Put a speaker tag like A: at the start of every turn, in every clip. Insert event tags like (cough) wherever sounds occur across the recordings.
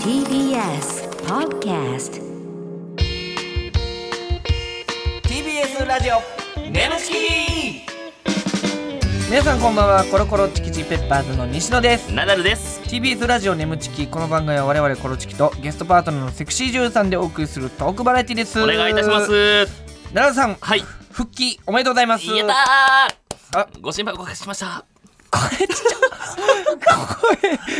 A: TBS Podcast
B: TBS ラジオネムチキ皆さんこんばんはコロコロチキチペッパーズの西野です
C: ナダルです。
B: TBS ラジオネムチキこの番組は我々コロチキとゲストパートナーのセクシー女優さんでお送りするトークバラエティです
C: お願いいたします。
B: 奈良さん、
C: はい。
B: 復帰おめでとうございます
C: 言えた
B: あ
C: ー。ご心配おかけしました。
B: 声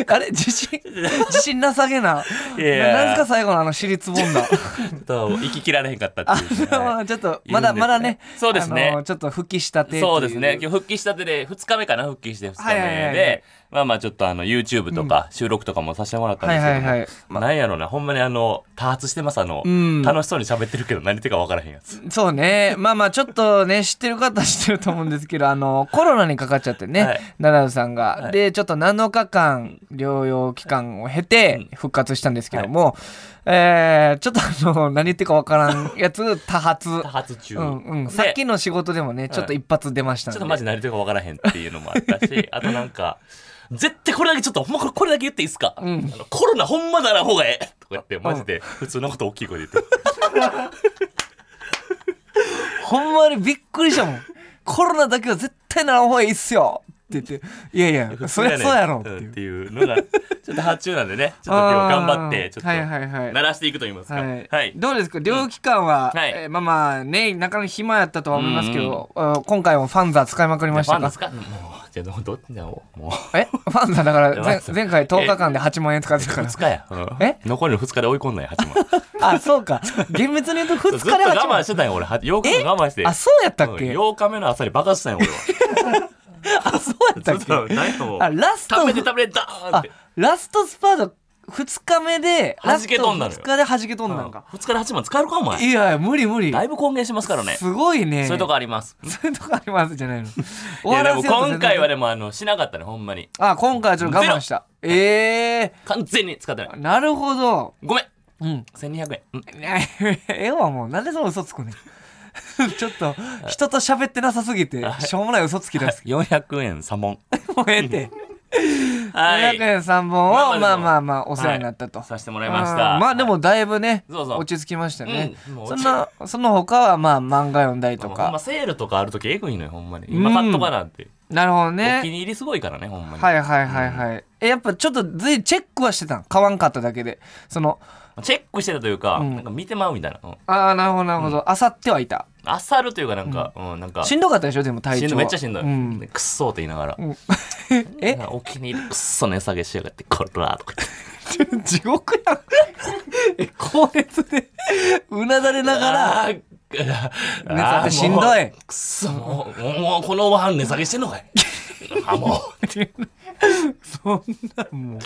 B: あれ自
C: (laughs)
B: 信自信なさげない
C: やいや
B: ななんすか最後のあの私
C: (laughs)
B: 立ボンダ
C: ちょっと息切られへんかったっていうね、はい
B: ちょっと (laughs) まだ
C: いいんです
B: ま
C: ね
B: だね
C: そうですね
B: あのちょっと復帰したてとい
C: そうですね。今日復帰したてで2日目かな復帰して2日目で、
B: はいはいはいはい
C: まあまあちょっとあの YouTube とか収録とかもさせてもらったんですけども、
B: はいはいはいま
C: なんやろなほんまにあの多発してますあの、
B: ん
C: 楽しそうに喋ってるけど何言ってるか分からへんやつ。
B: そうね。まあまあ、ちょっとね、知ってる方は知ってると思うんですけど、あの、コロナにかかっちゃってね、
C: はい
B: 奈良さんが、
C: はい
B: で、ちょっと7日間、療養期間を経て、復活したんですけども、えーちょっとあの、何言ってるかわからんやつ、多発。
C: 多発中。
B: うんうん。
C: で
B: さっきの仕事でもね、ちょっと一発出ましたん
C: ち
B: で。
C: ょっとマジ何言ってるか分からへんっていうのもあった
B: (laughs)
C: し、あとなんか、絶対これだけちょっと、ほんまこれだけ言っていいですか、あのコロナほんまならん方がええとか言って、マジで普通のこと大きい声で言って。
B: ほんまにびっくりしたもん。コロナだけは絶対ならん方がいいっすよって言って、いやいや、 (laughs) そりゃそうやろって
C: うん
B: い
C: っ
B: う。
C: ていうのが、ちょっと発注なんでね、ちょっと今日頑張って、ちょっと、
B: はいはいはい
C: 鳴らしていくと言いますか。
B: はい、
C: はい。
B: どうですか両期間は、
C: うんはい
B: えーまあまあねなかなか暇やったとは思いますけど、あ今回もファンザ使いまくりまし
C: ファ
B: た
C: ンで
B: か
C: すかもう、じゃあど、ど、じゃあもう、も
B: えファンザだから
C: いや
B: 前
C: ファンザ
B: 前回10日間で8万円使ってた
C: う、
B: から
C: 2日や。
B: (laughs)
C: うん
B: え
C: 残りの2日で追い込んない、8万。
B: (laughs) あそうか厳密に言うと2
C: (laughs) ず
B: 日
C: っ
B: で
C: と我
B: 8
C: 慢
B: 万
C: してたんよ、俺。は8日間我慢して。
B: あそうやったっけ、
C: 8日目の朝に爆発したんよ、俺は。
B: あ (laughs) そうやった
C: ちょ
B: っ
C: っ
B: け
C: と、何やもう。
B: あラスト
C: 食べて食べてダーン
B: あ
C: って。
B: ラストスパート2日目で
C: 弾け飛んだのよ
B: 2日で弾け飛んだのか、
C: 二日で8万使えるかお前。
B: いやいや無理無理
C: だいぶ貢献してますからね。
B: すごいね
C: そういうとこあります。
B: (laughs) そういうとこありますじゃないの
C: いやでも今回は
B: ね
C: でもあのしなかったねほんまに
B: あ今回はちょっと我慢したええ
C: 完全に使ってない。
B: ー、なるほど
C: ごめん。
B: うん (laughs)
C: 1200円。うん
B: いやええわもうなんで (laughs) その嘘つくねんちょっと人と喋ってなさすぎてしょうもない嘘つき出
C: (laughs)
B: す
C: 400円3本。
B: もうええて
C: (laughs) は
B: 200
C: い。
B: 円3本を
C: まあまあでも
B: まあまあまあお世話になったと、
C: させてもらいました。
B: うんまあでも
C: はい、
B: だいぶね、
C: そうそう
B: 落ち着きましたね、
C: うんもう
B: そ
C: 落
B: ん
C: ち
B: なその他はまあ漫画読んだりと
C: ほんま
B: か
C: セールとかあるときえぐいのよほんまに。
B: う
C: 今
B: ん
C: 買っとかなんて。
B: なるほど
C: お気
B: ね
C: に入りすごいからねほんまに。
B: はいはいはいはい、えやっぱちょっとずいチェックはしてたん買わんかっただけでその
C: チェックしてたというか
B: うん
C: なんか見てまうみたいな。うん
B: ああなるほどなるほどあさってはいた
C: あさるというかなんかうんなんか。
B: しんどかったでしょでも体調
C: しんどいめっちゃしんどい、
B: うん
C: でくっそーって言いながら、
B: え
C: お気に入りくっそ値下げしやがってこらーとか言って
B: 地獄やん (laughs) え高熱でうなだれながら
C: あーあ
B: ねだってしんどい
C: もうくっそもうもうこのワン値下げしてん
B: (laughs)
C: のかいあも
B: そんなんもう
C: う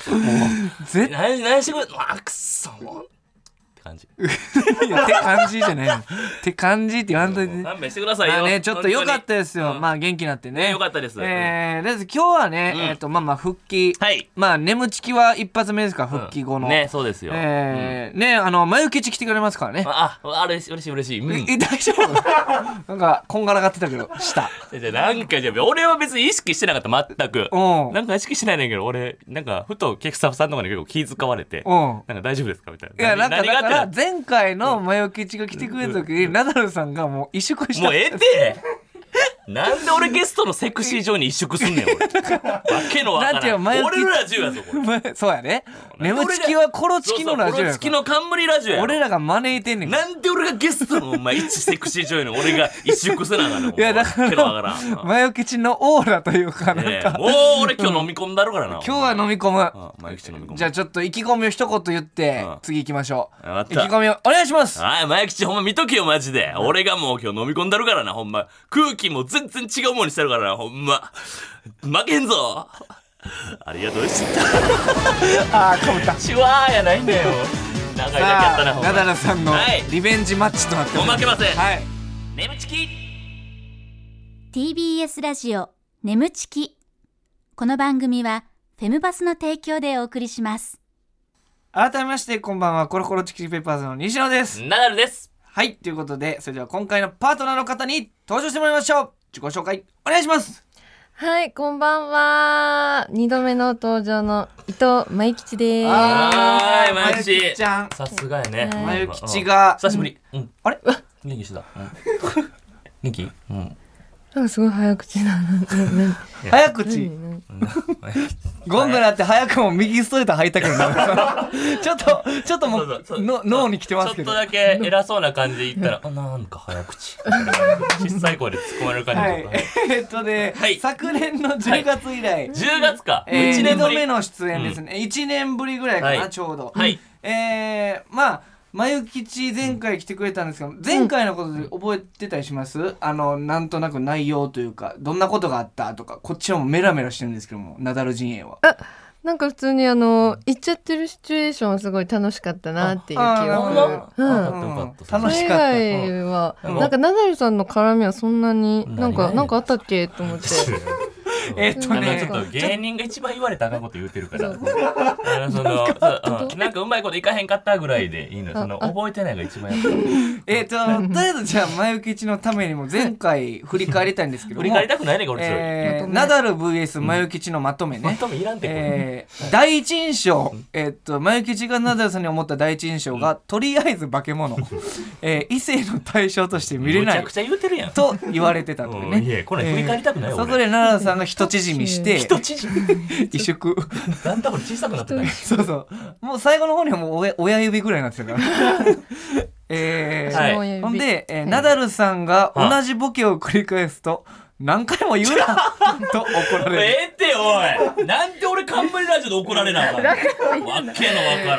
B: 絶
C: 何何してくれあくっそもうって感じ
B: 対やって感じじゃないの (laughs) って感じって言わんといてね
C: 勘弁してください
B: まあ
C: よ、
B: ねちょっと良かったですよ
C: うん
B: まあ元気になってね
C: ね良かったです
B: えーです今日はね
C: うん
B: えっとまあまあ復帰
C: はい
B: まあ眠ちきは一発目ですから
C: うん
B: 復帰後の
C: ねそうですよ、
B: えーねあの眉吉来てくれますからね
C: あああれ嬉しい嬉しい、うん
B: え大丈夫 (laughs) なんかこんがらがってたけどした
C: じゃあなんかじゃあ俺は別に意識してなかった全く
B: うん
C: なんか意識してないねんけど俺なんかふとケクサフさんとかに結構気遣われて
B: うん
C: なんか大丈夫ですかみたい
B: い
C: な
B: やなんか
C: 何が
B: だ
C: あっ
B: か
C: てな
B: ら前回の前置き一が来てくれた時にナダルさんがもう萎縮した
C: (laughs) もうええてなんで俺ゲストのセクシー上に萎縮すんねん俺。わけのわか
B: なんていう
C: ら
B: の
C: ん。
B: 前置き
C: 俺のラジオやぞこれ。
B: 前 (laughs) そうやね
C: 俺ら
B: 眠ちきはコロチキのラジオ
C: そうそうコ
B: や
C: ロチキ
B: から
C: の冠ラジオやろ。
B: 俺らが招いてんねんから
C: なんで俺がゲストのお前一セクシー上に俺が萎縮せなあかんの。
B: いやだか
C: わけのわから
B: ら
C: ん。
B: 前置きのオーラというかなん
C: ええ
B: か
C: もう俺今日飲み込んだるからな。
B: 今日は飲み込む
C: は前口飲み込む。
B: じゃあちょっと意気込みを一言言って
C: うん
B: 次行きましょう
C: わかった
B: 意気込みをお願いします
C: はい、前口ほんま見とけよ、マジで。俺がもう今日飲み込んだるからな、ほんま。空気も全然違うもんにしてるからな、ほんま。負けんぞありがとうでした。
B: ああかぶった
C: シュワーやないんだよ。長いだけやった
B: さ
C: な、ほ
B: あ
C: ん
B: ナ。
C: ま
B: ダルさんの
C: はい
B: リベンジマッチとなっており
C: も
B: ま
C: う負
B: す
C: けません。
B: はい
C: 眠ちき
A: TBS ラジオ眠ちきこの番組はフェムバスの提供でお送りします
B: 改めましてこんばんはコロコロチキチキペッパーズの西野です
C: ナダルです。
B: はい、ということで、それでは今回のパートナーの方に登場してもらいましょう。自己紹介、お願いします。
D: はい、こんばんは。二度目の登場の伊藤舞吉です。
C: あ
D: は
C: はーい
B: まゆ
C: マジ
B: きちゃん。
C: さすがやね
D: はい
B: まゆきちが
C: 久しぶりうん
B: あれ
C: 元気してたうん
B: (laughs)
C: 元気うん
D: なんかすごい早口な。なな
B: 早口。
D: 何何
B: ゴングラって早くも右ストレート入ったけど
C: (laughs)
B: な。ちょっと、ちょっとも
C: そううそうそう
B: の脳に来てます
C: ちょ
B: け
C: っ
B: ど
C: と。だけ偉そうな感じで言ったら、あ、なんか早口。小さい声で突っ込まれる感じ
B: は
C: で
B: い。えっとね
C: はい、
B: 昨年の10月以来。
C: 10月か。
B: え
C: 1
B: 2
C: 年ぶ
B: 度
C: り。
B: 目の出演ですね、1年ぶりぐらいかな、
C: はい
B: ちょうど、
C: はい
B: えー、まあ眉吉前回来てくれたんですけど前回のことで覚えてたりします、あのなんとなく内容というかどんなことがあったとかこっちはもうメラメラしてるんですけどもナダル陣営は
D: なんか普通にあの、言っちゃってるシチュエーションはすごい楽しかったなっていう記
B: あ
C: ほん
D: 憶
C: ま
B: あ。
D: がうん
C: あよかったよかった。
B: うん楽し
D: それ以
B: かった
D: 外は、
C: うん
D: なんかナダルさんの絡みはそんなに、
C: うん
D: なんか、
C: 何
D: なんかあったっけと思って。
B: えっと
C: あの
B: ね
C: ちょっと芸人が一番言われたらあかんこと言ってるから、あのそのそううんなんかうまいこといかへんかったぐらいでいいの。その覚えてないが一番やっぱり
B: えっととりあえずじゃあ眉吉のためにも前回振り返りたいんですけど
C: (laughs) 振
B: も
C: り返りたくないねんけど俺それ。
B: え
D: まと
B: ー、
D: め
B: ナダル VS 眉吉のまとめね、
C: まとめいらんってこれ。
B: えー第一印象、えっと、眉吉がナダルさんに思った第一印象が、とりあえず化け
C: (laughs)
B: 物、えー異性の対象として見れな
C: めち
B: い
C: ゃくちゃ言うてるやん。
B: と言われてたという
C: うんい
B: ね。
C: やこれ振り返りたくないよ
B: そこ
C: 俺。
B: でナダルさんが人縮みして、
C: (laughs) 人知事。
B: 萎縮。 (laughs)
C: だんだん俺小さくなってない。
B: そうそう。もう最後の方にはもう親親指ぐらいになってた
C: (laughs)
B: から。えー
C: はい
D: その指
B: ほんで、えーナダルさんが同じボケを繰り返すと、何回も言
C: (laughs)
B: うなと怒られる。
C: ええっておいなんで俺冠ラジオで怒られなあかんのわけのわか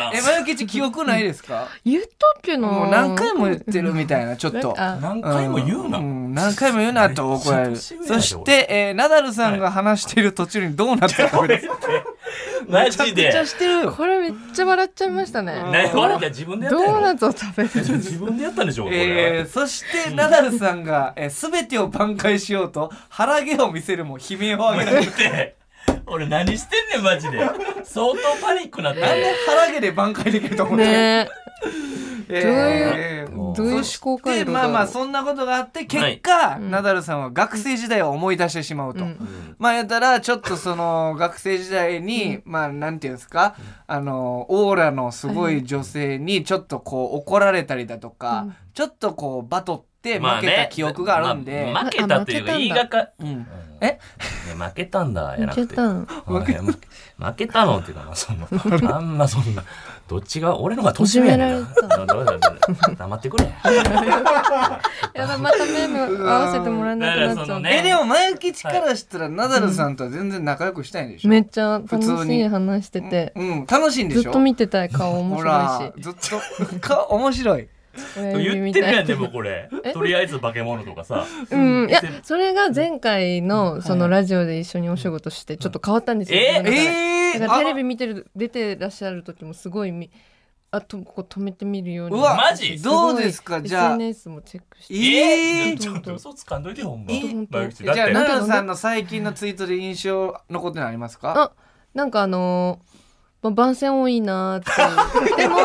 C: らん
B: え、眉吉記憶ないですか
D: 言ったっけな
B: もう何回も言ってるみたいな、ちょっと。
D: あ
C: 何回も言うな、
B: ん何回も言うなと怒られ
C: め
B: る
C: っちゃ年上やで
B: そして、えーナダルさんが話している途中にどうなったかです
C: マジ
B: めっちゃ
C: で
B: してるよ
D: これめっちゃ笑っちゃいましたね。
C: 何笑った自分でやっ
D: ド
C: たや
D: ー
C: ろ
D: ナツを食べてる。
C: 自分でやったんでしょこれ、
B: えー、そしてナダルさんが、えー、全てを挽回しようと腹毛を見せるも悲鳴を上げ
C: (laughs)
B: られる
C: 待って俺何してんねんマジで相当パニックなって
B: なんで腹毛で挽回できると思って、
D: ね
B: えー
D: どう
C: どういう
D: いう思考回
B: で
D: 路だろう
B: まあまあそんなことがあって結果、ナダルさんは学生時代を思い出してしまうと、
D: うん
B: まあやったらちょっとその学生時代に、まあなんていうんですかあのオーラのすごい女性にちょっとこう怒られたりだとか、ちょっとこうバトって負けた記憶があるんで、
C: まあ負けたというか
D: あ負けたんだ
C: 言いがか
B: うんえ
C: え負けたんだやな
D: 負
C: く
D: け
C: て
D: たん
C: 負け負けたのっていうかまあその
D: (laughs)
C: あんまそんなどっちが俺の方が年上やねん
D: いじめら
C: などうだどうだ黙ってくれ
D: やだまたメモ
B: (laughs)
D: 合わせてもらえなくなっちゃ
C: だ
D: う
C: からそのね
B: えでも前吉からしたらナダルさんとは全然仲良くしたいんでしょ、
D: めっちゃ楽
B: 普通
D: し
B: に
D: い話してて
B: うん楽しいんで
D: ず
B: し
D: っ
B: ょ
D: と見てたい顔面
B: ほ
D: 白
B: ら
D: いし
B: ずっとか面白
C: (laughs)
B: い
D: 親指
C: 言っ
D: み
C: てる
D: た
C: や
D: い
C: んでもこれ
D: え
C: とりあえず化け物とかさ
D: うんいや
C: 言って
D: それが前回のそのラジオで一緒にお仕事してちょっと変わったんですよ
C: え
D: 自分の中で
B: え
D: だ
B: ー、
D: からテレ
B: あ
D: ビ見てる出てらっしゃる時もすごいみあとここ止めてみるように
B: うわ
C: マジ
D: すごい
B: どうですかじゃあ
D: SNS もチェックして
B: えー
C: ちょっと嘘つかんといてよほんま
D: えー
C: まあうち
B: じ
C: だ
B: ゃ
C: っ
B: あ
C: て
B: ナダルさんの最近のツイートで印象残ってるのありますか
D: あなんかあのーまあ、番宣多いなーって
B: (laughs)
D: いうでも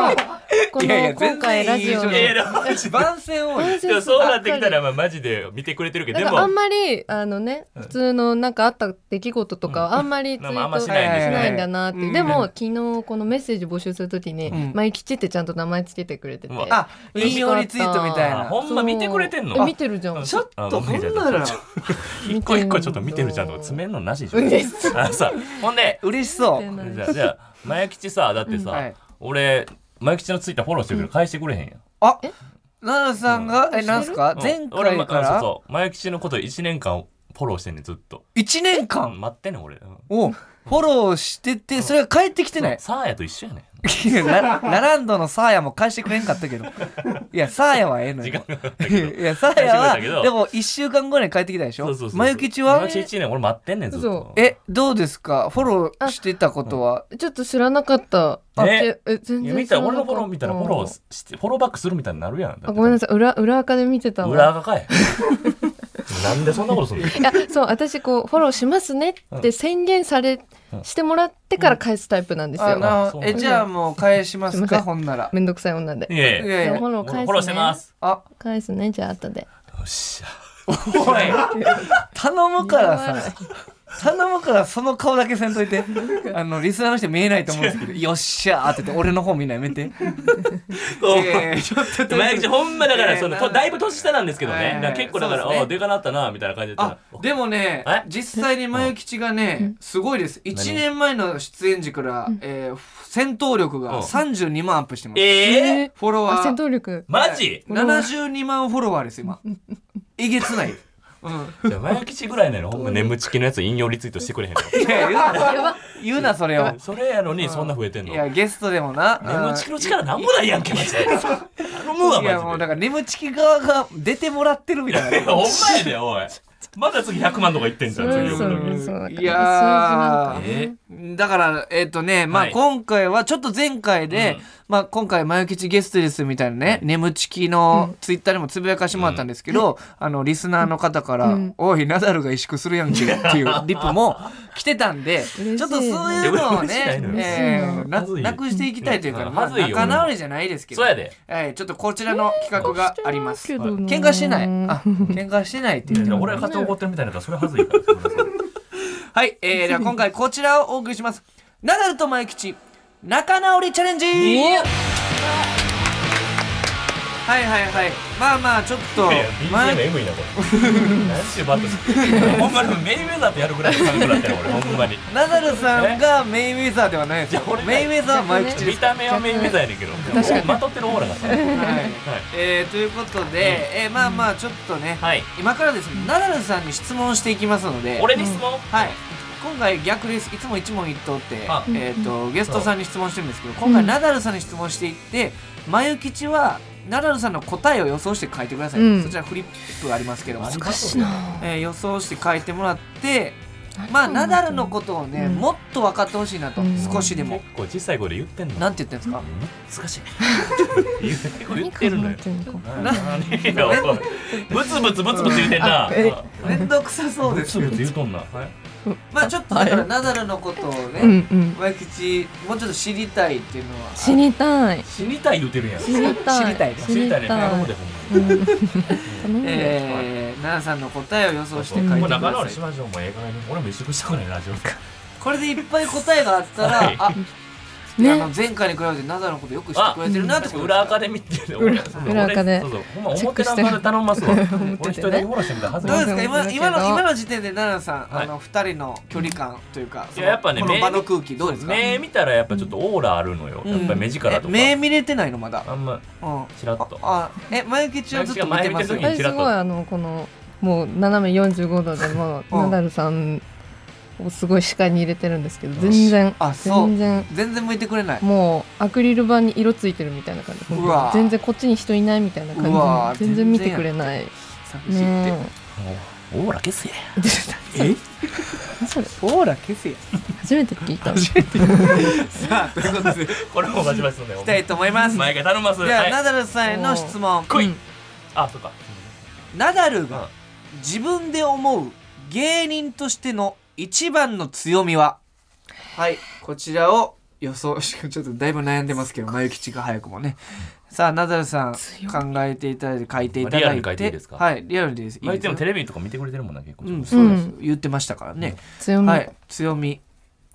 D: この
B: いやいや
D: 今回ラジオ
B: 全
D: の
B: 然いい
C: えーマジで
B: 番宣多い
D: 番宣
C: でもそうなってきたら
D: ばっか
C: まあマジで見てくれてるけ
D: り
C: どで
D: なんかあん
C: も
D: まりあのね普通のなんかあった出来事とかはあんまりツ
C: ま
D: イ
C: ああ
D: ー
C: んま
D: ト
C: し
D: し
C: ないんですよね
D: ないんだなって、
B: うん
D: でも昨日このメッセージ募集するときに
B: うん
D: 「まゆきち」ってちゃんと名前つけてくれてて、
C: うわ
B: あ引用リツイートみたい
C: あ
B: な
C: ほんま見てくれてん
D: そうえ
C: の
D: 見てるじゃん
B: ちょっ
C: あ
B: と
C: ごめ
B: ほ
C: ん
B: んなら
C: 一個一個ちょっと見てるじゃんとか詰めんのなしでしょあのさほん
B: (laughs)
C: で
B: 嬉しそ
D: み
B: う
C: じ
D: たいな
C: ゃあじゃあマヤ吉さだって
B: うんは
C: さ
B: い
C: 俺マヤ吉のツイッターフォローしてるけど返してくれへんやん
B: あナダルさんがえなんすか
C: うん
B: 前
C: 俺も
B: 回か
C: そう
B: ら
C: そうマヤ吉のこと1年間フォローしてんねんずっと
B: 1年
C: う
B: 間
C: ん待ってんねん俺うん
B: をフォローしててそれが返ってきてない
C: サーヤと一緒やねん
B: いやララランドのサーヤも返してくれんかったけどいやサーヤはええの
C: 時
B: よ
C: 間がかかるけど
B: いやサーヤ
C: 返してくれたけ
B: は
C: ど
B: でも1週間後に帰ってきたでし
C: (laughs) そうそうそ
B: ょ
C: うそう
B: まゆきちは
C: マヤ吉1年俺待ってんねんずっと
D: 嘘
B: えどうですかフォローしてたことは
D: ちょっと知らなかった
C: え
D: え全
C: いや
D: 然
C: 見
D: 知
C: た
D: ら
C: ら
D: なか
C: 俺の
D: った
C: フォロー見たらフォローしてフォローバックするみたいになるやんだって
D: あごめんなさい裏裏垢で見てたわ
C: 裏垢かいなんでそんなことするの
D: いやそう私こうフォローしますねって宣言され、してもらってから返すタイプなんです
B: あ
D: よ。
C: ん
B: な
C: そう
B: えじゃあもう返します
D: すいませ
B: か
D: ん
B: ほんなら
D: めんどくさい女で。
C: いや
B: い
C: いや
B: やい
D: じゃあ
B: や
D: フォロー
C: フ
D: 返すね。
C: ォローしてます
B: あ
D: 返すねじゃあ後で。
C: (laughs) よっしゃ
B: おい頼むからさ頼むからその顔だけせんといてあのリスナーの人見えないと思うんですけ
C: (laughs)
B: ど「よっしゃ」って言って俺の方見んなやめていやいやいやちょっと
C: でもやきちゃんほんまだからその、
B: えー
C: とだいぶ年下なんですけどね、
B: はいはい
C: だから結構だから
B: そうですね
C: あでかなったなみたいな感じで
B: あでもね
C: え
B: 実際に前吉がねすごいです1年前の出演時から、えー戦闘力
C: うん
B: が32万アップしてます、
C: ええー、
B: フォロワ
D: あ戦
B: ー
D: 闘力
C: マジ
B: 72万フォロワーです今えげつない、
C: (laughs)
B: うん
C: じゃあ前吉ぐらいなのほんま眠ちきのやつ引用リツイートしてくれへんの
B: いや言うな言うなそれを
C: それやのにそんな増えてんの
B: いやゲストでもな
C: 眠ちきの力なんもないやんけマジ (laughs) で頼むわ
B: いやもう
C: マジ
B: だ
C: で (laughs)
B: から眠ちき側が出てもらってるみたい
C: いやお
B: な。
C: 前でおいまだ次100万とか言ってんじゃん次
D: そう
C: 読む
D: そう
C: 時
D: そうだから
B: いやー
D: 数字なんかね
B: だからえっ、とね、ま
C: は
B: あ
C: い
B: 今回はちょっと前回で、
C: うん
B: まあ今回マヨ吉ゲストですみたいなね、眠ちきのツイッターでもつぶやかしてもらったんですけど、あのリスナーの方から、
D: うん
B: おいナダルが萎縮するやんけっていうリップ
C: (laughs)
B: も来てたんで、ちょ
D: 嬉しい
B: っとそういうのを
C: いや嬉し
B: ねえ
C: いのよ、
D: 嬉しいの
B: ーな
C: 恥ずい
B: なくしていきたいという
C: う
B: か、
C: ん
B: まあ
C: 恥ずいよ
B: 仲直りじゃないですけど、
C: そうやで
B: はい、ちょっとこちらの企画があります。
D: けどな
B: 喧嘩してない。あ、喧嘩してないって言って
C: 俺が勝手に怒ってるみたいなからそれはずいからごめんなさい
B: はい、えー、では今回こちらをお送りします。ナダルとマイキチ仲直りチャレンジ。はいはいはい。まあまあちょっと
C: いや、
B: まあ
C: BGM エグいなこ
B: (laughs)
C: れ何ちゅうバトルほんまにメインウェザーとやるぐらいの感覚だったよ俺ほんまに
B: ナダルさんがメインウェザーではないですよ
C: いや俺。が
B: メインウェザーはマイキチで
C: 見
B: す。
C: た目はメインウェザーやねんけどまとってるオーラがさは
B: はい。えー、ということで、えー、まあまあちょっとね、
C: はい
B: 今からですね、ナダルさんに質問していきますので、
C: 俺に質問
B: はい。今回逆です。いつも一問一答って
C: あ、
B: えっ、と、ゲストさんに質問してるんですけど、今回ナダルさんに質問していって、まゆきちは、ナダルさんの答えを予想して書いてください。
D: うん
B: そちらフリップありますけども、
C: 難し
D: しな
B: えー予想して書いてもらって、まあ、ナダルのことをね、
D: うん
B: もっと分かってほしいなと、
D: うん
B: 少しでも
C: 結。構小さい声で言ってんの
B: なんて言ってんですか、
C: 難しい言ってるの
D: 何
C: よ
D: 考えてんのか
C: 何よおいブツブツブツブツ言ってんな
D: あえ
B: めんどくさそう
C: ブ
B: で
C: ツ
B: す
C: ブツ言うとんな
B: まあちょっとだからナダルのことを
D: う
B: ね、
D: んうん
B: まゆきちもうちょっと知りたいっていうのは
D: 死にたい
C: 死にたい言うてるやん
D: 死にたい
B: 知りたいです
C: 知りたいね頼むで
D: い
C: ほ
D: うんん頼むで
B: (laughs) えー、ナダルさんの答えを予想して書いて
C: ま
B: くだ
C: にもう
B: さ
C: 仲直り
B: い
C: しましょうもうええ加減に俺も一食したくないラジオ
B: これでいっぱい答えがあったら、
C: はい
B: あ、
D: ね
B: あの前回に比べてナダルのことよく知ってくれてるなってこと
C: 裏垢で見てる
D: 裏垢で
C: そうそうほんま表の垢で頼ますわ
D: てね
C: 俺一人だけフォローしてみたはず
B: どう
C: や
B: ですか
D: 裏垢
B: 今
D: だけど
B: 今の今の時点でナダルさん、
C: はい
B: あの二人の距離感というか、その
C: やっぱね
B: この場の空気どうですか
C: 目見たらやっぱちょっとオーラあるのよやっぱり目力と
B: え
C: か
B: 目見れてないのまだ、
C: あんま
B: うん、
C: ちらっと
B: あえ眉毛中ずっと見てます
C: 眉毛中前見てる
B: よ
C: 時に
D: 私すごいあのこのもう斜め45度でもう
B: うん
D: ナダルさんをすごい視界に入れてるんですけど全然
B: あそう
D: 全然
B: 全然向いてくれない
D: もうアクリル板に色ついてるみたいな感じ本当に
B: うわ
D: 全然こっちに人いないみたいな
B: うわ
D: 感じ全然見てくれない
B: 寂しいって、
D: ね
C: オーラ消せ
D: え (laughs) それ
B: オーラ消せや
D: 初めて聞いた
B: さあということでい
C: (laughs) これもバチバチすんだよ
B: きたいと思います
C: 毎回頼ます
B: では、
C: はい
B: ナダルさんへの質問
C: 来い
D: うん
C: あそうか
B: ナダル
C: うん
B: が自分で思う芸人としての一番の強みははいこちらを予想 (laughs) しちょっとだいぶ悩んでますけ (laughs) ど眉吉が早くもねさあナダルさん考えていただいて書いていただいて
C: リアルに書いていいですか
B: はいリアルでいいです
C: まあ、でもテ
B: レ
C: レビとか見てくれてるもんな結構、
B: うんそうです、
D: う
B: 言ってましたからね、
D: 強み
B: はい強み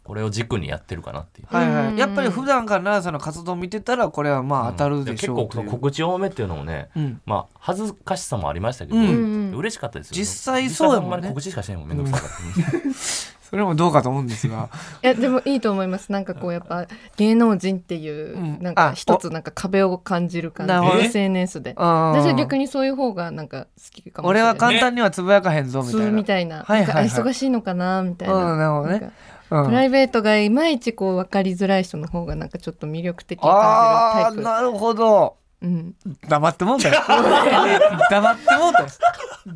C: これを軸にやってるかなっていう
B: はいは
D: うん
B: い、やっぱり普段から奈良さんの活動を見てたらこれはまあ当たるでしょう
C: 結構
B: と
C: そ
B: いう
C: の告知多めっていうのもね
B: うん、
C: まあ恥ずかしさもありましたけど、
B: うん
C: 嬉しかったですよ
B: 実際そうやもんね
C: 実際ほまに告知しかしてないもんめんどくさかった、
B: それもどうかと思うんです (laughs) が
D: いやでもいいと思いますなんかこうやっぱ芸能人っていう、
B: うん
D: なん
B: あ
D: か一つなんか壁を感じる感
B: なる
C: ほど
D: じ SNS で私
B: 私
D: は逆にそういう方がなんか好きかもし
B: 俺
D: れない
B: は簡単にはつぶやかへんぞみ
D: 普
B: た
D: 通
B: いな
D: みたいな,、
B: はいはいはい
D: なんかあ忙しいのかなみたいな,、
B: うんなるほどね
D: んか
B: うん
D: プライベートがいまいちこう分かりづらい人の方がなんかちょっと魅力的に
B: あ
D: 感
B: あ
D: じるタイ
B: なるほど
D: プ、うん、
B: 黙ってもうた
D: (laughs)
B: よ黙ってもうたよ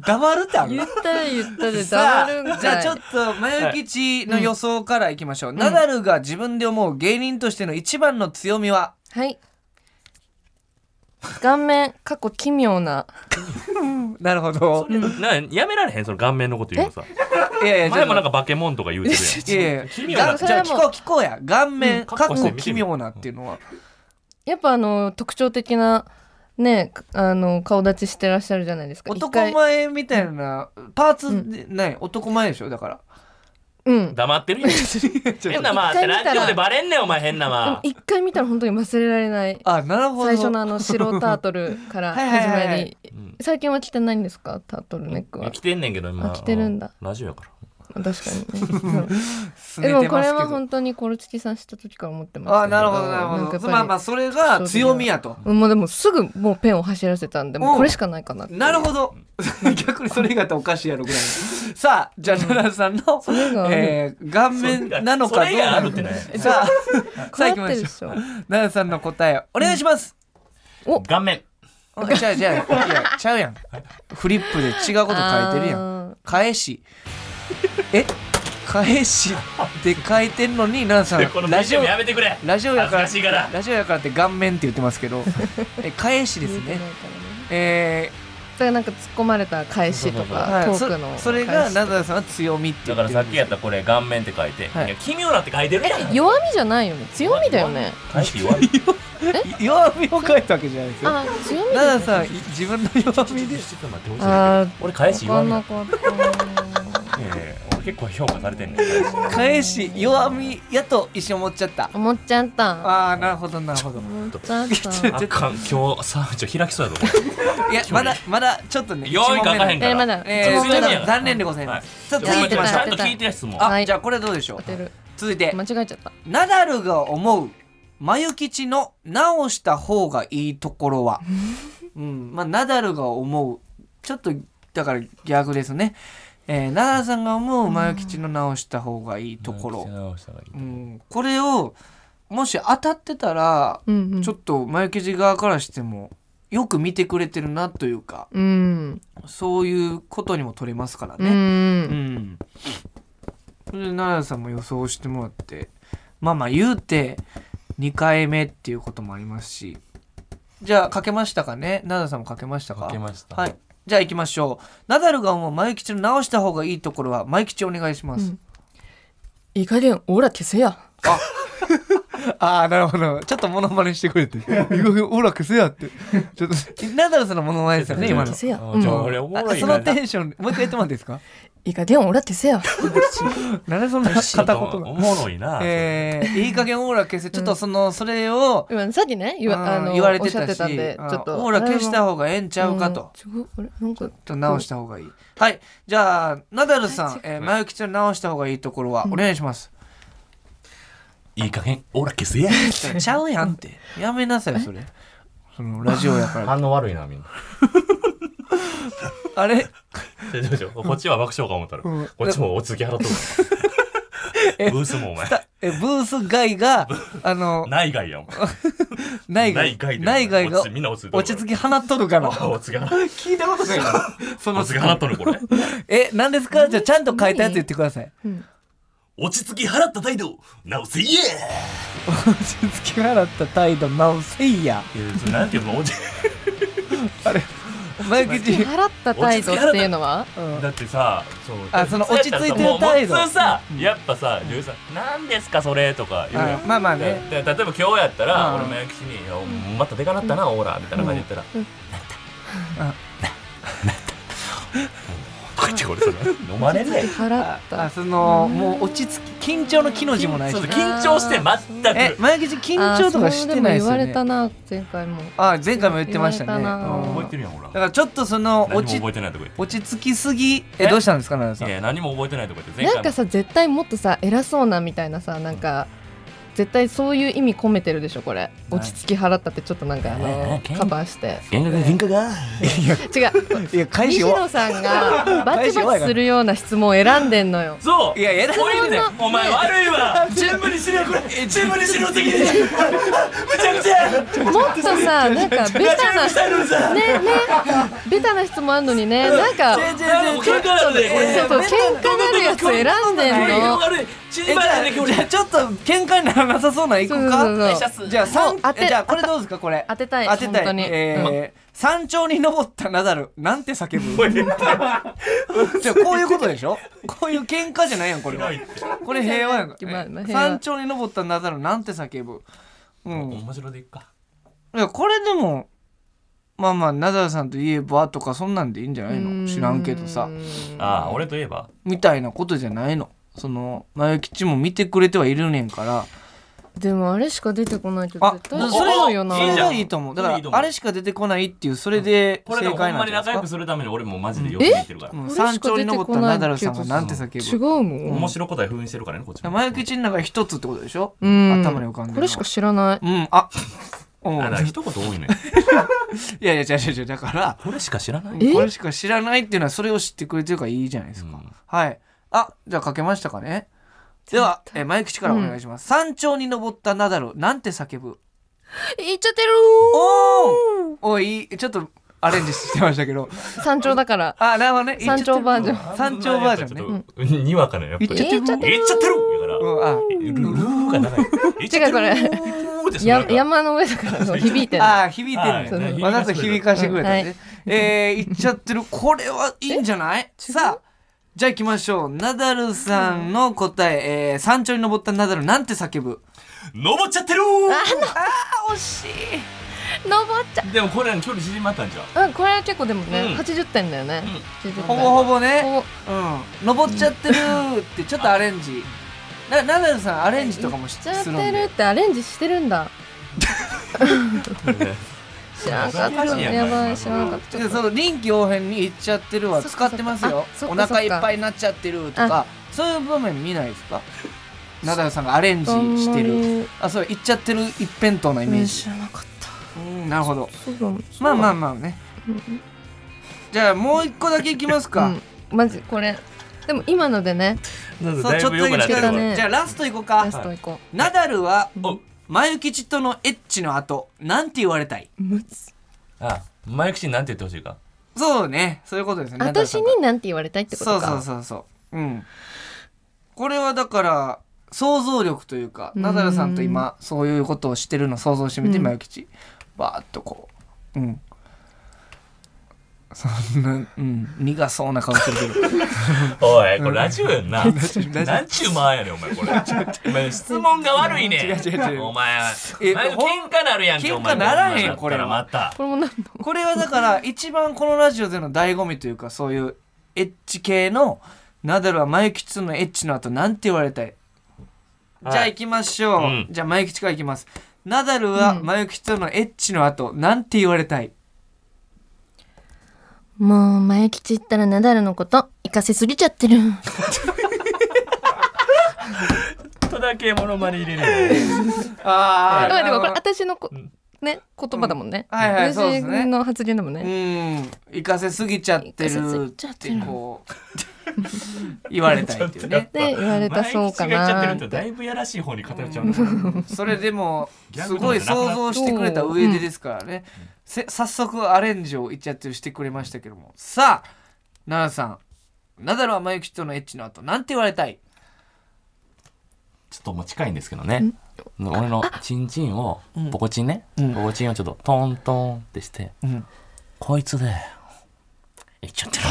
B: 黙るってある
D: 言ったら言ったで
B: さ
D: ダブルんか
B: あ
D: い
B: じゃあちょっと眉吉の予想からいきましょう、ナダルが自分で思う芸人としての一番の強みは
D: はい顔面過去奇妙な
B: なるほど
C: なやめられへんその顔面のこと言うのさ
B: いやいや
C: 前もなん
B: か
C: かバケモンとか言うてるや
B: いやい
C: (laughs)
B: や
C: 奇妙な
B: がじゃあ聞こう聞こうや顔面、
C: うん
B: かっこ奇妙なっていうのは
D: やっぱあの特徴的なねあの顔立ちしてらっしゃるじゃないですか一
B: 男
D: 回
B: 前みたいなパーツでない、男前でしょだから
D: うん。
C: 黙ってるやん変なまあって
D: 一回見
C: ラ
D: たら
C: ジオでバレんねんお前変な
D: でも
C: ま
D: 一回見たら本当に忘れられない。
B: あなるほど
D: 最初のあの白タートルから
B: はいはい
D: 始
B: はいはい
D: まり
C: うん。
D: 最近は着てないんですかタートルネックは
C: あ。来てんねんけど今
D: あ来てるんだ
C: うラジオやから
D: 確か
B: (laughs)
D: にね。
B: す
D: うん
B: ね
D: で
B: て
D: も
B: ます
D: これは
B: けど
D: 本当にコロチキさんした時から思ってますけど。
B: あなるほどなる
D: なん
B: ほ
D: かやっぱ
B: ど
D: り
B: まあまあそれが強みやと
D: もうでもすぐもうペンを走らせたんで、もうこれしかないかなっていう
B: なるほど逆にそれ以外とおかしいやろぐらいのさあじゃあ奈良さんの、
D: (laughs) それがある
B: えー顔面なのかどうなの
C: それ以外あるってない
B: かさあ (laughs) さあ行きましょう
D: ょ。
B: 奈良さんの答えお願いします、
C: 顔面
B: あちゃうちゃういやちゃうやんフリップで違うこと書いてるやん
D: ん。
B: 返しえ返しって書いてんのに奈良
C: こ
B: さ
C: の
B: んラジオ
C: BGM やめてくれ
B: ラジオやから
C: 恥ずかしいから
B: ラジオやからって顔面って言ってますけどえ返しです
D: 見えてな
B: ね
D: いからね
B: え
D: だからなんか突っ込まれた返しと
B: ー
D: か
B: は
D: ト
B: い、
D: ークの
B: そそれが
D: 返し
B: 奈良さんは強みって言
C: だ
B: っ
C: か
B: て
C: ら
B: る
C: さっきやったらこれ顔面って書いて、、
B: はいい
C: や奇妙なって書いてるやん
D: 弱みじゃないよね強みだよね
C: 返し弱み
B: 弱みを書いたわけじゃないですよ
D: あ強み
B: 奈
D: だよ
B: 良
D: ね
B: さんい自分の弱みで
C: ちょっと待ってほしい
D: あー
C: 俺返し
D: 分
C: 弱
D: かん
C: み
D: な
C: だ
D: かった
C: いやいや俺結構評価されてんねん返し
B: 返し弱みやと一瞬思っちゃった
D: 思っちゃった
B: ああなるほどなるほど
D: 思っちゃった
C: あかん今日さあちょっと開きそうやぞ
B: いやまだまだちょっとね
C: よーい
B: 一問目なん
C: 書かへん
B: で
C: から
D: えまだ
B: (laughs) えー、
D: 一問目
B: ちょっ
D: だ
B: と残念でござい
C: は
B: ま
C: い
B: す、さあ
D: や
B: 続いて
D: めて
B: ま
D: た
B: し
C: ち
B: ょ
C: ゃ
B: うん
C: と聞いてる質問
B: あ、
D: はい
B: じゃあこれどうでしょ
D: 当
B: う
D: てる
B: 続いて
D: 間違えちゃった
B: ナダルが思う眉吉の直した方がいいところは、うん、まあナダルが思うちょっとだから逆ですね、えー、ナダルさんが思う眉吉の直した方がいいところ、うん、これをもし当たってたら、
D: うんうん
B: ちょっと眉吉側からしてもよく見てくれてるなというか
D: うん
B: そういうことにも取れますから
D: う
B: ね。うんん、それで奈良さんも予想してもらってまあまあ言うて2回目っていうこともありますしじゃあかけましたかね奈良さんもかけましたか
C: かけました
B: はいじゃあ行きましょうナダルが思う眉吉の直した方がいいところは眉吉お願いします、
D: うんいい加減オーラ消せや
B: ああなるほどちょっとモノマネしてくれて「オラクせや」ってちょっとナダルさんのモノマネですよね今の
D: 消せや
C: あじゃあ
D: うん
C: 俺おもろ
B: あ
C: い
B: そのテンションもう一回やってもらっていいです (laughs) か
D: いい加減オーラ消せや
B: なんでそんな片言が
C: おもろいな
B: えー、いい加減オーラ消せちょっとその、それを
D: (laughs) 今さっきね言わあ
B: うん
D: の
B: 言われて
D: お
B: た
D: っしゃって
B: した
D: んで
B: うん
D: ちょっと
B: オーラ消した方がええんちゃうかと、
D: うん違うあれなんか
B: ちょっと直した方がいいはいじゃあナダルさ
D: 違
B: ん、えー、前吉の直した方がいいところはお願いします、
C: いい加減オーラ消せや
B: ちゃうやんってやめなさいそれそのラジオやから
C: 反応悪いなみんな
B: あれ
C: 大丈夫大丈夫 (laughs) こっちは爆笑か思ったら
B: うん
C: こっちも落ち着き払っと
B: え
C: るブースもお前
B: たえブース外 (laughs) があの
C: 内外やお
B: (laughs)
C: 前
B: 内外
C: 内外で
B: 内外が
C: 落ちみんな落ち着いてる
B: 落ち着き放っとるから
C: 落ち着き払
B: (laughs)
C: っ
B: 聞いたことないなその
C: 落ち着き払っとるこれ
B: え何ですかじゃあちゃんと書いたやつ言ってください
D: (laughs)
C: 落ち着き払った態度直せイエ
B: 落ち着き払った態度直せいや
C: ーなんていうの落ち
B: 前口
D: 払った態度っていうのは
B: うん
C: だってさそう
B: あその落ち着いてる態度
C: そうやったらさもうもう普通さやっぱさ女優さん「なんですかそれ」とか言うやん
B: あまあまあね
C: で例えば今日やったら
B: うん
C: 俺も役師にいや「またでかなったなオーラ」みたいな感じで言ったら「なったなったなった」とか言ってこれそれ飲まれんねん
D: 払
B: あ
D: っ
B: あ
D: た
B: そのもう落ち着き緊張の木の字もないし
C: そうそう緊張して全
B: え
C: く
B: 前口緊張とかしてない
D: あ
B: で
D: ー
B: す
D: そうでも言わ
B: よ
D: れ
B: ね
D: たな前回も
B: あ前回も言ってましたね
D: 言われたな
B: うん
C: 覚えてるやんほら
B: だからちょっとその
C: 何も
B: 落ち
C: 覚えてないとこ言って
B: 落ち着きすぎ
C: え
B: えどうしたんですか奈
C: い
B: 良
C: や何も覚えてないとこ言って前
D: なん
C: 回
D: か
C: も
D: さ絶対もっとさ偉そうなみたいなさなんか絶対そういう意味込めてるでしょこれ
C: 何
D: 落ち着き払ったってちょっとなんかあ
C: ねえね
D: の
C: え
D: カバーして
C: 「幻覚幻覚が
D: 違う
B: さんいや返し
D: 西
B: を
D: 野さんがバチバチするような質問を選んでんのよ
C: そう
B: いや偉
C: こういう
B: いね
C: ねお前悪いわ全部にしろこれ全部にしろ責任むちゃくちゃ
D: もっとさなんかベタなねねベタな質問あんのにねなんか
C: 全然喧嘩なんでこれ
D: そうそう喧嘩なるやつ選んでんの
C: 悪い
B: え
C: 縮
B: じ
C: まらない
B: ゃあじゃあちょっと喧嘩にならなさそうなの行
D: そう
B: く
D: そう
B: か
D: そう
C: シャツ
B: じゃあ
D: もう
B: 三
D: 当て
B: えじゃあこれどうですかこれ
D: 当てたい
B: 当てた
D: 本当
B: い
D: に
B: えー山頂に登ったナダルなんて叫ぶじゃあこういうことでしょこういう喧嘩じゃないやんこれはこれ平和やんか
D: まあまあ平和
B: 山頂に登ったナダルなんて叫ぶうんい
C: 面白でいっか
B: やこれでもまあまあナダルさんといえばとかそんなんでいいんじゃないの知らんけどさ
D: うーん
C: ああ俺といえば
B: みたいなことじゃないのその前吉も見てくれてはいるねんから
D: でもあれしか出てこないけど
B: あ
D: 絶
B: そ
D: 対
B: れ
D: そ
C: あ
D: うよ
B: が
D: な
B: それ
C: じゃん
B: がいいと思うだ
C: そ
B: か
C: れいいと
B: ら
C: 思う
B: あれしか出てこないっていうそれで
C: これ
B: 正
C: でもほ
B: 解
C: ん
B: な
C: ま
B: ん
C: に
B: じゃな
C: 仲
B: い
C: 良
B: で
C: く
B: す
C: するために俺もマジでよく
D: え
C: 聞いてるから
B: かうん
D: 俺しか
B: 山頂に登ったナダルさんがなんて叫ぶ
D: 違うもん、
C: 面白い答え封印してるからねこっちも
B: 前吉の中で一つってことでしょ
D: うん
B: 頭に浮かんでるの
D: これしか知らない
B: うんあうん
C: あだから一言多いね
B: いやいや違う違う違うだから
C: これしか知らない
D: え
B: これしか知らないっていうのはそれを知ってくれてるからいいじゃないですか、
C: うん
B: はいあじゃあ書けましたかねではえ前口からお願いします、山頂に登ったナダルなんて叫ぶ
D: 言っちゃってる
B: おーおいちょっとアレンジしてましたけど
D: ー山頂だから
B: あなるほどね
D: 山頂バージョン
B: 山頂バージョンね
C: ねにわかねやっぱり
D: 言っちゃってる
C: 言っちゃってるだから
B: うんあ
C: ルルーが長い言っちゃってる
D: 違う
C: ーってそのな
D: や
C: んか
D: 山の上だからそう響いてる
B: あー響いてる
C: はい
B: ねわざと響かしてくれたね、
D: はい
B: えー、いっちゃってるこれはいいんじゃないさあじゃあ行きましょうナダルさんの答え、えー山頂に登ったナダルなんて叫ぶ
C: 登っちゃってる
D: 登っちゃ
C: でもこれらの距離縮まったんじゃん
D: うんこれは結構でもね、
C: うん
D: 80点だよね、80点
B: ほぼほぼね
D: ほぼ
B: うん、登っちゃってるってちょっとアレンジ、なナダルさんアレンジとかもし
D: 言っ
B: す
D: ち
B: るん
D: ゃってる
B: で
D: ってアレンジしてるんだ知らんかった
C: 恥ずかしいやん
D: やばい知らんかっ
B: ち
D: た
B: ょっとその臨機応変に言っちゃってるは
D: そっ
B: 使
D: か
B: ってますよ
D: そっ
B: お
D: かあそっかそっか
B: 腹いっぱいになっちゃってるとかそういう場面見ないですかナダルさんがアレンジして
D: あんま
B: る
D: り
B: あそう言っちゃってる一辺倒なイメー
D: うん
B: ジ、
D: 知らなかった
B: うんなるほど
D: そうだもん
B: まあまあまあねじゃあもう一個だけいきますか、
D: うん、マジこれでも今のでね
C: なん
B: そう
C: だ
B: ち
C: い
B: ょっと
C: ぶ
B: だ
C: 良くなって
B: け違
C: るわ
D: だね
B: うじゃあラストいこうか
D: ラストいこ
B: ナダルは
C: お
B: 眉吉とのエッチの後なんて言われたいう
D: むつ
C: あマイクシーなんて言ってほしいか
B: そうねそういうことですねナダルさ
D: 私
B: んが
D: になんて言われたいってことか
B: そうそうそうそううんこれはだから想像力というか
D: うん
B: ナダルさんと今そういうことをしてるの想像してみて
D: うん
B: マヨ吉バーッとこううんそんなうん苦そうな顔してるけど
C: おいこれラジオやん
B: (laughs)
C: な
B: ラジオ
C: なんちゅう間やねんお前
B: (laughs)
C: これお前質問が悪いねん
B: 違う違う違う
C: お前
B: え
C: 前喧
B: ほん
C: 嘩なるやんけお前
B: 喧嘩ならへん
C: こんなのだったらまた
D: これもなん
B: これはだ
C: (laughs)
B: から一番このラジオでの醍醐味というかそういうエッチ系のナダルはマヨ吉とのエッチの後なんて言われたい
C: はい
B: じゃあ行きましょう、
C: うん
B: じゃあマヨ吉から行きますナダルはマヨ吉とのエッチの後なんて言われたい
D: もう前吉行ったらナダルのこと行かせすぎちゃってる
C: ちょっとだけモノマネ
B: (laughs)
C: 入れるよ
B: あ
D: まあでもこれ
B: あ
D: 私のこ
C: ん
D: ね言葉だもんね、
B: うんはいはい
D: 私
B: そうですね
D: の発言だもん
B: う
D: ね、
B: ん行かせすぎちゃってるってこう (laughs) 言われたいっていうね
D: で言われたそうか
C: 前口が言
D: な
C: っちゃって
D: ー
C: る
D: っ
C: と
D: て
C: だいぶやらしい方に偏っちゃうね
B: それでも
C: ギャ
B: す
C: グと
B: ご
C: か
B: い
C: じゃなく
B: 想
C: なった
B: 像してくれた上でですからね、せ早速アレンジをいっちゃってるしてくれましたけどもさあ奈良さんナダルはマユキとのエッチの後なんて言われたい
C: ちょっともう近いんですけどね俺のチンチンを
B: ん
C: ポコチンね
B: うん
C: ポコチンをちょっとトントンってして
B: うん
C: こいつでいっちゃってる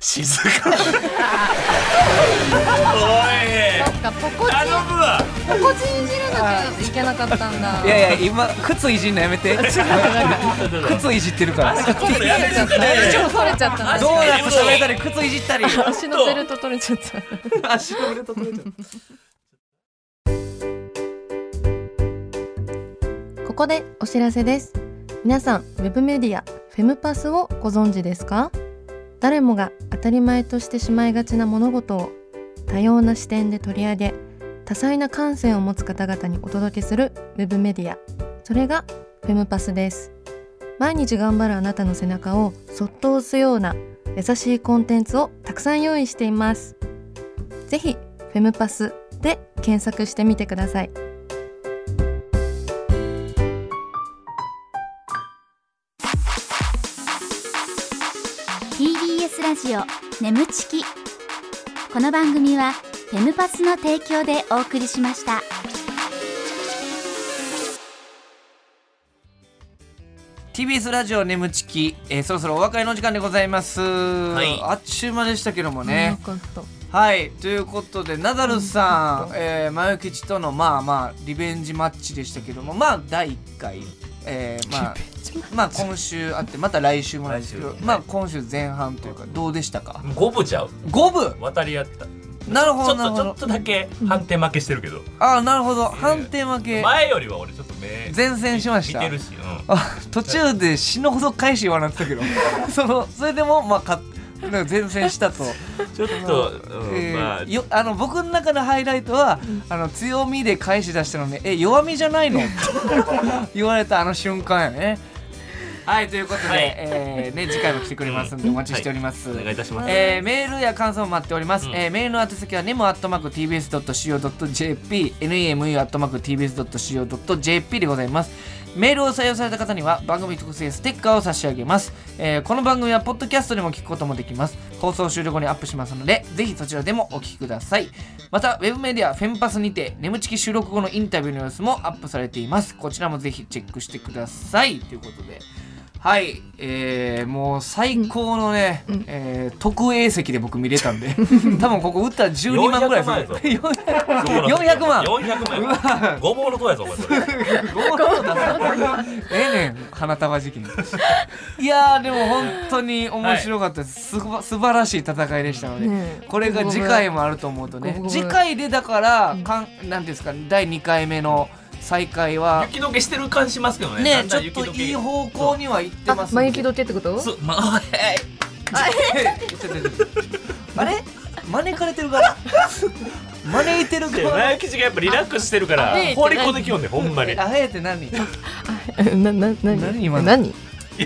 C: 静かおい
D: そっかポコチ
C: 頼むわ
D: ンポコチンいじらなきゃいけなかったんだ
B: いやいや今靴いじんのやめて (laughs) 靴いじってる (laughs) から
C: ちょっとやめてくれ
D: 足も取れちゃったんだ
B: ドーナツ食べたり靴いじったり (laughs)
D: 足のベルト取れちゃった
B: 足の裏整えちゃった
D: ここでお知らせです皆さんウェブメディアフェムパスをご存知ですか誰もが当たり前としてしまいがちな物事を多様な視点で取り上げ多彩な感性を持つ方々にお届けするウェブメディアそれがフェムパスです毎日頑張るあなたの背中をそっと押すような優しいコンテンツをたくさん用意していますぜひフェムパスで検索してみてください
A: す TBS ラジオ眠ちきこの番組はフェムパスの提供でお送りしました
B: TBS ラジオ眠ちき、えーそろそろお別れの時間でございます、
C: い
B: あっちゅう間でしたけどもね、
D: よかった
B: はいということでナダルさん、えー、マヨ吉とのまあまあリベンジマッチでしたけどもまあ第1回、えーまあまあ今週あってまた来週もなんですけど
E: 来週
B: まあ今週前半というかどうでしたか
C: 五分ちゃう
B: 五分
C: 渡り合ったち
B: なるほ
C: ょ
B: ど
C: っ
B: なる
C: と
B: ほ
C: ちょ
B: ど
C: っとだけ判定負けしてるけど
B: ああなるほど判定負け
C: 前よりは俺ちょっと目
B: 前線しました
C: 見てるし、うん
B: あ途中で死ぬほど返し言わなってた (laughs) けどそのそれでもまあかなんか前線したと、
C: ちょっと、うん
B: えー
C: まあ
B: よあの僕の中のハイライトは、あの強みで返し出したのに「え弱みじゃないの?」 (laughs) って言われたあの瞬間やね。はいということで、
C: はい
B: えーね、次回も来てくれますんでお待ちしております。
C: お願いいたします、
B: えーメールや感想も待っております、
C: うん
B: えーメールの宛先は nemu.tbs.co.jp nemu.tbs.co.jp でございますメールを採用された方には番組特製ステッカーを差し上げます、えーこの番組はポッドキャストでも聞くこともできます放送終了後にアップしますのでぜひそちらでもお聞きくださいまたウェブメディアフェンパスにて眠ちき収録後のインタビューの様子もアップされていますこちらもぜひチェックしてくださいということではい、えー、もう最高のね、えー特 A 席で僕見れたんで多分ここ打ったら12万ぐらいする
C: (laughs)
B: 400万
C: 400万やごぼうの塔やぞお前それ
B: 5万だぞええねん花束事件いやーでも本当に面白かったです、すば素晴らしい戦いでしたので、
D: ねえ
B: これが次回もあると思うと
D: ごめ
B: ね
D: んごめん
B: 次回でだからかんなんていうんですか第2回目の再開は
C: (laughs) 雪解けしてる感じしますけどねだ
B: ね
C: ん
B: ち
C: だ
B: ょ
C: ん
B: っ
C: 雪解
B: と
C: け
B: いい方向には行ってま
D: あ
B: すんで
D: 前行きどけってこと
C: そうまあはい
B: あ (laughs) れ招かれてるから招いてるから
C: 前吉がやっぱリラックスしてるから
D: あ
C: 放り込んできよんねほんまにいや
B: あえて何
D: (laughs) ななな
B: 何今の
D: 何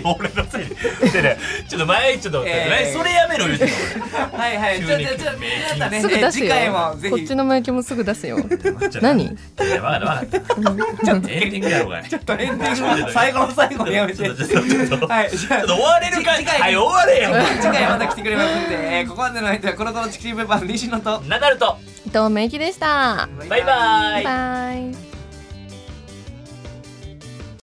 C: 俺のせいででねちょっと前ちょっと待って、
B: えー
C: 前それやめろ言うてた
B: はいはいちょちょちょ皆さんね
D: すぐ出す
B: 次
D: よ
B: 回もぜ
D: こっ
B: ひ
D: ちの前行きもすぐ
B: (laughs)
D: 出すよ
C: 俺ちょっと
D: 何
C: いやわかったわかったちょっとエンディングやろうがちょっ
B: エンディングは最後の最後にやめて
C: ちょっとちょっとちょっと
B: はいじゃあ
C: と終われるか
B: 次
C: い
B: 回
C: はい終われよ
B: 次回また来てくれますんで、えーここまでの相手はコロコロチキチキペッパーの西野と
C: ナダルと
D: 伊藤明希でした
C: バイバーイ
D: バイバイ